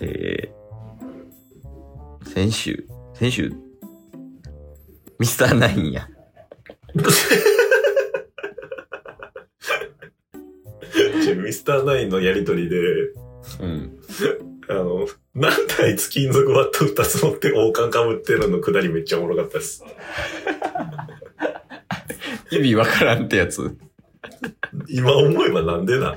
えー、先週、先週、ミスターナインや。ちょミスターナインのやりとりで、うん。あの、何台貴金属バット2つ持って王冠かぶってるのくだりめっちゃおもろかったです。意味わからんってやつ。今思えばなんでな。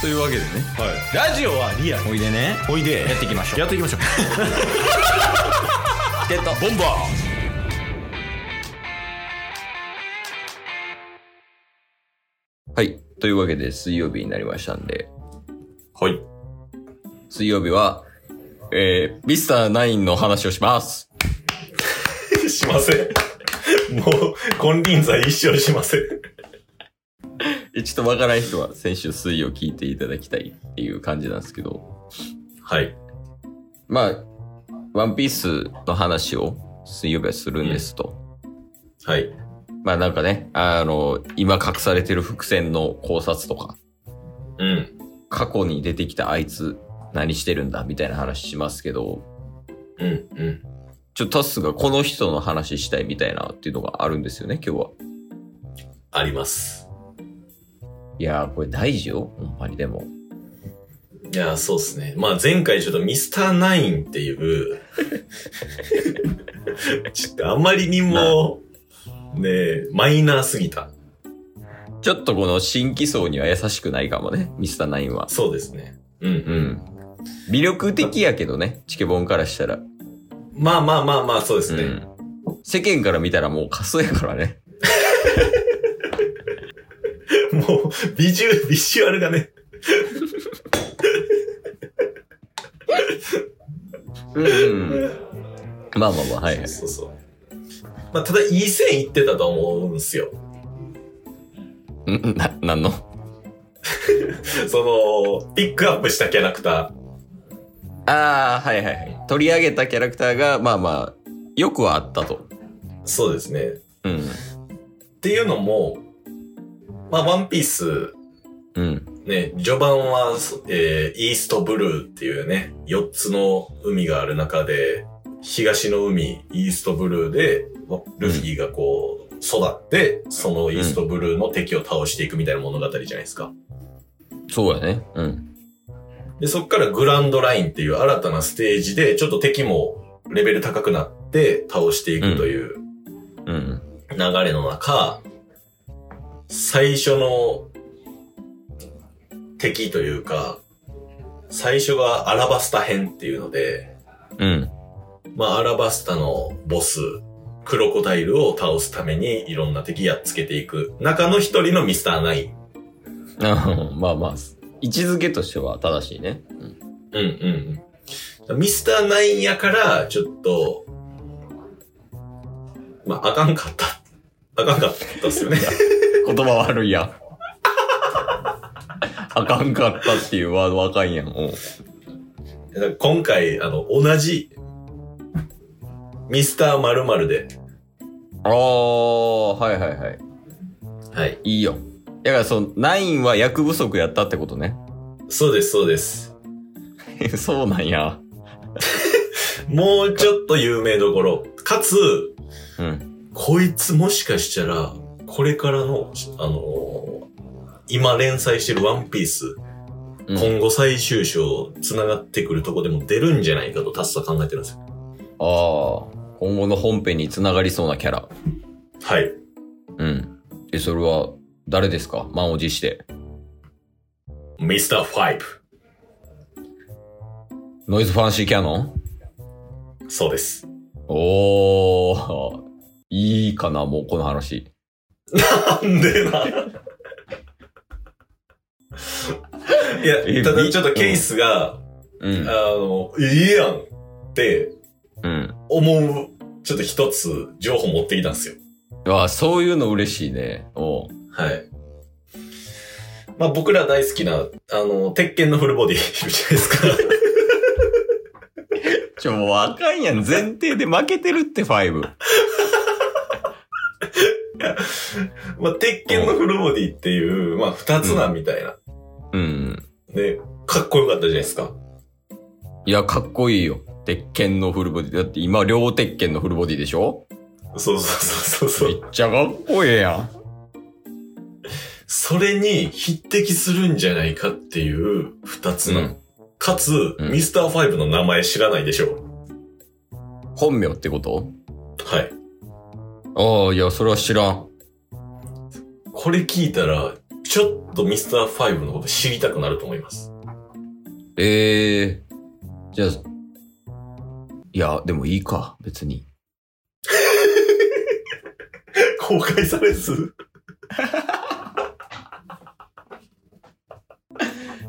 というわけでね。はい。ラジオはリアルおいでね。おいでやっていきましょう。やって いきましょうってた。ボンバはい。というわけで、水曜日になりましたんで、はい。水曜日は、えー、ミスターナインの話をします。しません。もう、金輪際一生しません。えちょっとわからない人は、先週水曜聞いていただきたいっていう感じなんですけど、はい。まあ、ワンピースの話を水曜日はするんですと。はい。まあなんかね、あの、今隠されてる伏線の考察とか、うん。過去に出てきたあいつ何してるんだみたいな話しますけど、うん。うん。ちょっとタスがこの人の話したいみたいなっていうのがあるんですよね、今日は。あります。いやー、これ大事よ、ほんまにでも。いやー、そうですね。まあ前回ちょっとミスターナインって いう、ちょっとあまりにも、ねえマイナーすぎた。ちょっとこの新規層には優しくないかもね、ミスターナインは。そうですね。うんう。ん。魅力的やけどね、チケボンからしたら。まあまあまあまあ、そうですうね。ん。世間から見たらもうカスやからね。もう、ビジュ、ビジュアルがね。うん、うん。まあまあまあ、はいはい。そうそう。まあ、ただ、いい線いってたと思うんですよ。うん、な、なんのその、ピックアップしたキャラクタああ、はいはいはい。取り上げたキャラクターが、まあまあ、よくはあったと。ー。そうですね。うん。っていうのも、まあ、ワンピース、うん。ね、序盤は、そえーイーストブルーっていうね、4つの海がある中で、東の海、イーストブルーで、わルフィがこう、育って、そのイーストブルーの敵を倒していくみたいな物語じゃないですか。そうやね。うん。で、そっからグランドラインっていう新たなステージで、ちょっと敵もレベル高くなって倒していくといううん。流れの中、最初の敵というか、最初がアラバスタ編っていうので、うん。 まあアラバスタのボス、クロコダイルを倒すためにいろんな敵やっつけていく中の一人のミスターナイン。あまあまあ、位置づけとしては正しいね。うんうんうんうん。ミスターナインやから、ちょっと、まあ、あかんかった。あかんかったっすよね。言葉悪いやん。 あかんかったっていうワードわかんやん。うん今回、あの、同じ、ミスター〇〇で。ああ、はいはいはい。はい。いいよ。だからその、ナインは役不足やったってことね。 そうです、そうです。そうなんや。もうちょっと有名どころ。かつ、うん。こいつもしかしたら、これからの、あのー今連載してるワンピース、うん今後最終章、繋がってくるとこでも出るんじゃないかと、タスは考えてるんですよ。ああ、今後の本編につながりそうなキャラ。はい。うん。え、それは、誰ですか満を持して。ミスターファイブ。ノイズファンシーキャノンそうです。おー、いいかな、もうこの話。なんでな。いえや、ただみちょっとケースが、うん。あの、いいやんってうん。思う、ちょっと一つ情報持ってきたんですよ。あそういうの嬉しいね。おうはい。まあ僕ら大好きな、あの、鉄拳のフルボディ、 いるじゃないです か。ちょ、もうあかんやん。前提で負けてるって、ファイブ。まあ、鉄拳のフルボディっていう、まあ、二つなんみたいな。うん。で、かっこよかったじゃないですか。いや、かっこいいよ。鉄拳のフルボディ。だって今、両鉄拳のフルボディでしょそうそうそうそうそめう。っちゃかっこええやん。それに匹敵するんじゃないかっていう二つなの。うんかつ、うんミスターファイブの名前知らないでしょ本名ってことはい。ああ、いや、それは知らん。これ聞いたら、ちょっとミスターファイブのこと知りたくなると思います。ええじゃあ、いや、でもいいか、別に。公開されず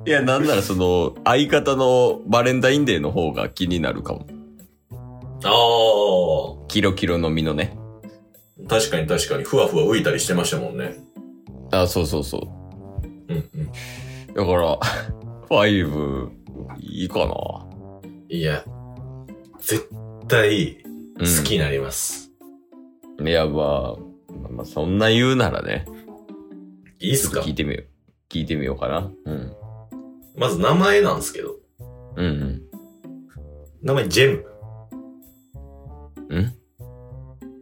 いや、なんならその、相方のバレンタインデーの方が気になるかも。ああ、キロキロの実のね。確かに確かに、ふわふわ浮いたりしてましたもんね。あ、そうそうそう。うんうん。だから、 ファイブ、いいかな。いや、絶対、うん好きになります。いや、まあ、まあ、そんな言うならね、いいっちょすっとか聞いてみよう。聞いてみようかな。うん。まず名前なんですけど。うんうん。名前ジェム。うん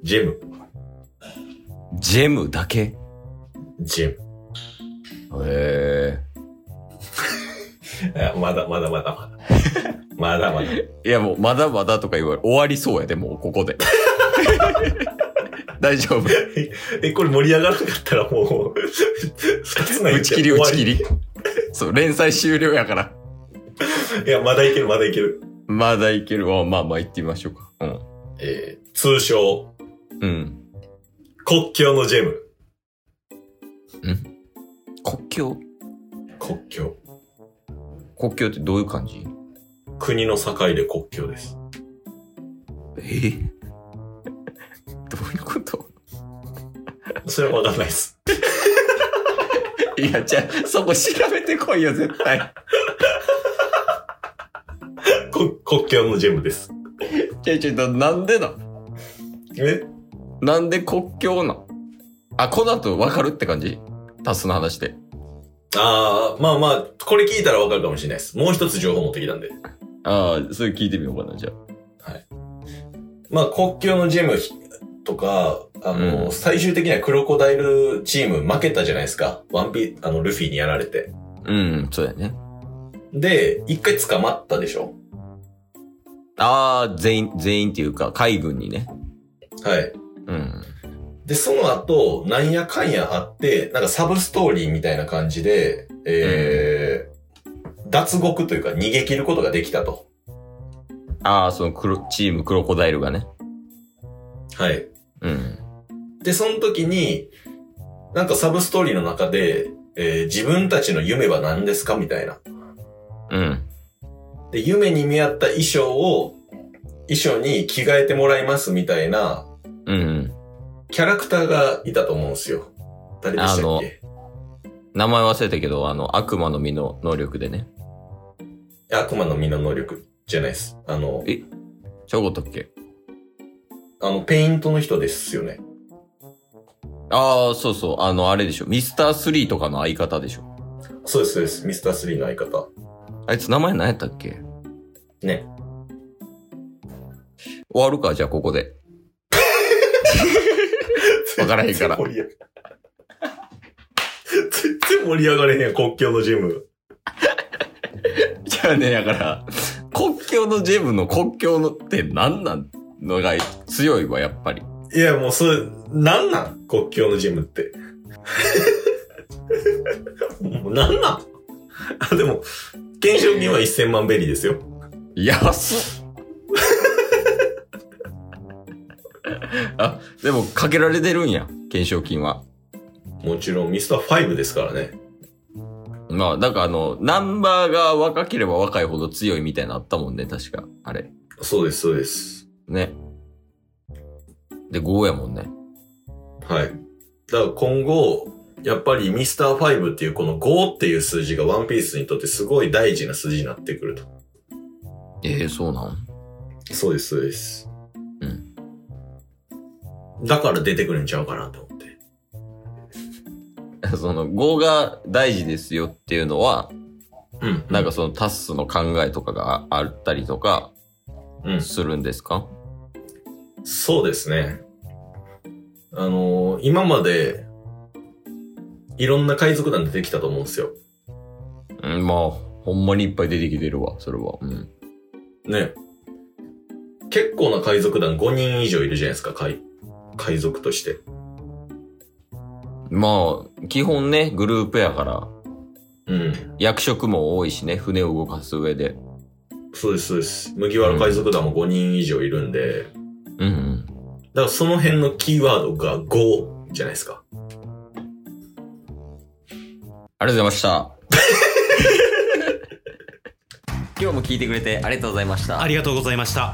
ジェム。ジェムだけへジェム。え。あ まだまだまだまだ。まだまだ。いやもう、まだまだとか言われ、終わりそうやで、もうここで。大丈夫。え、これ盛り上がらなかったらもう、 二つない打ち切り打ち切り。そう、連載終了やから。いや、まだいけるまだいける。まだいけるわ。まあまあ行ってみましょうか。うん。えー、通称、うん。国境のジェム。国境国境。国境ってどういう感じ国の境で国境です。えどういうことそれはわかんないです。いや、じゃあ、そこ調べてこいよ、絶対。こ国境のジェムです。ちょいちょい、ななんでなえなんで国境なんあ、この後分かるって感じタスの話で。あー、まあまあ、これ聞いたらわかるかもしれないです。もう一つ情報持ってきたんで。ああ、それ聞いてみようかな、じゃあ。まあ、国境のジェムとか、あの、うん最終的にはクロコダイルチーム負けたじゃないですか。ワンピ、あの、ルフィにやられて。うん、そうだよね。で、一回捕まったでしょああ、全員、全員っていうか、海軍にね。はい。うん。で、その後、なんやかんやあって、なんかサブストーリーみたいな感じで、えー脱獄というか逃げ切ることができたと。ああ、その黒、チームクロコダイルがね。はい。うん。で、その時に、なんかサブストーリーの中で、えー自分たちの夢は何ですかみたいな。うん。で、夢に見合った衣装を、衣装に着替えてもらいますみたいな、うん、うん。キャラクターがいたと思うんですよ。誰でしたっけ名前忘れたけど、あの、悪魔の実の能力でね。悪魔の実の能力じゃないです。あの、えちょこっとっけあの、ペイントの人ですよね。ああ、そうそう。あの、あれでしょ。ミスター3とかの相方でしょ。そうです、そうです。ミスター3の相方。あいつ名前何やったっけね。終わるか、じゃあここで。わからへんから全然盛り上が全然盛り上がれへん、国境のジム。じゃあね、だから、 国境のジェムの国境のって何なんのが強いわ、やっぱり。いや、もうそれ、なんなん国境のジムって。 もうなんなんあ、でも、懸賞金は1000万ベリーですよ。安っあ、でもかけられてるんや、懸賞金は。もちろん、ミスター5ですからね。まあ、だからあの、ナンバーが若ければ若いほど強いみたいなのあったもんね、確か。あれ。そうです、そうです。ね。で、5やもんね。はい。だから今後、やっぱりミスター5っていうこの5っていう数字がワンピースにとってすごい大事な数字になってくると。ええそうなんそうです、そうです。うん。だから出てくるんちゃうかなと思って。 その語が大事ですよっていうのは、うん。なんかそのタッスの考えとかがあったりとかうんするんですか、そうですね。あのー今まで、いろんな海賊団出てきたと思うんですよ。うん、まあ、ほんまにいっぱい出てきてるわ、それは。うん。ね。結構な海賊団5人以上いるじゃないですか、海、海賊として。まあ、基本ね、グループやから、うん。役職も多いしね、船を動かす上で。そうです、そうです。麦わら海賊団も5人以上いるんで、うん、うん。だからその辺のキーワードが5じゃないですか。ありがとうございま した。今日も聞いてくれてありがとうございましたあ。りがとうございました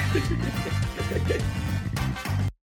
す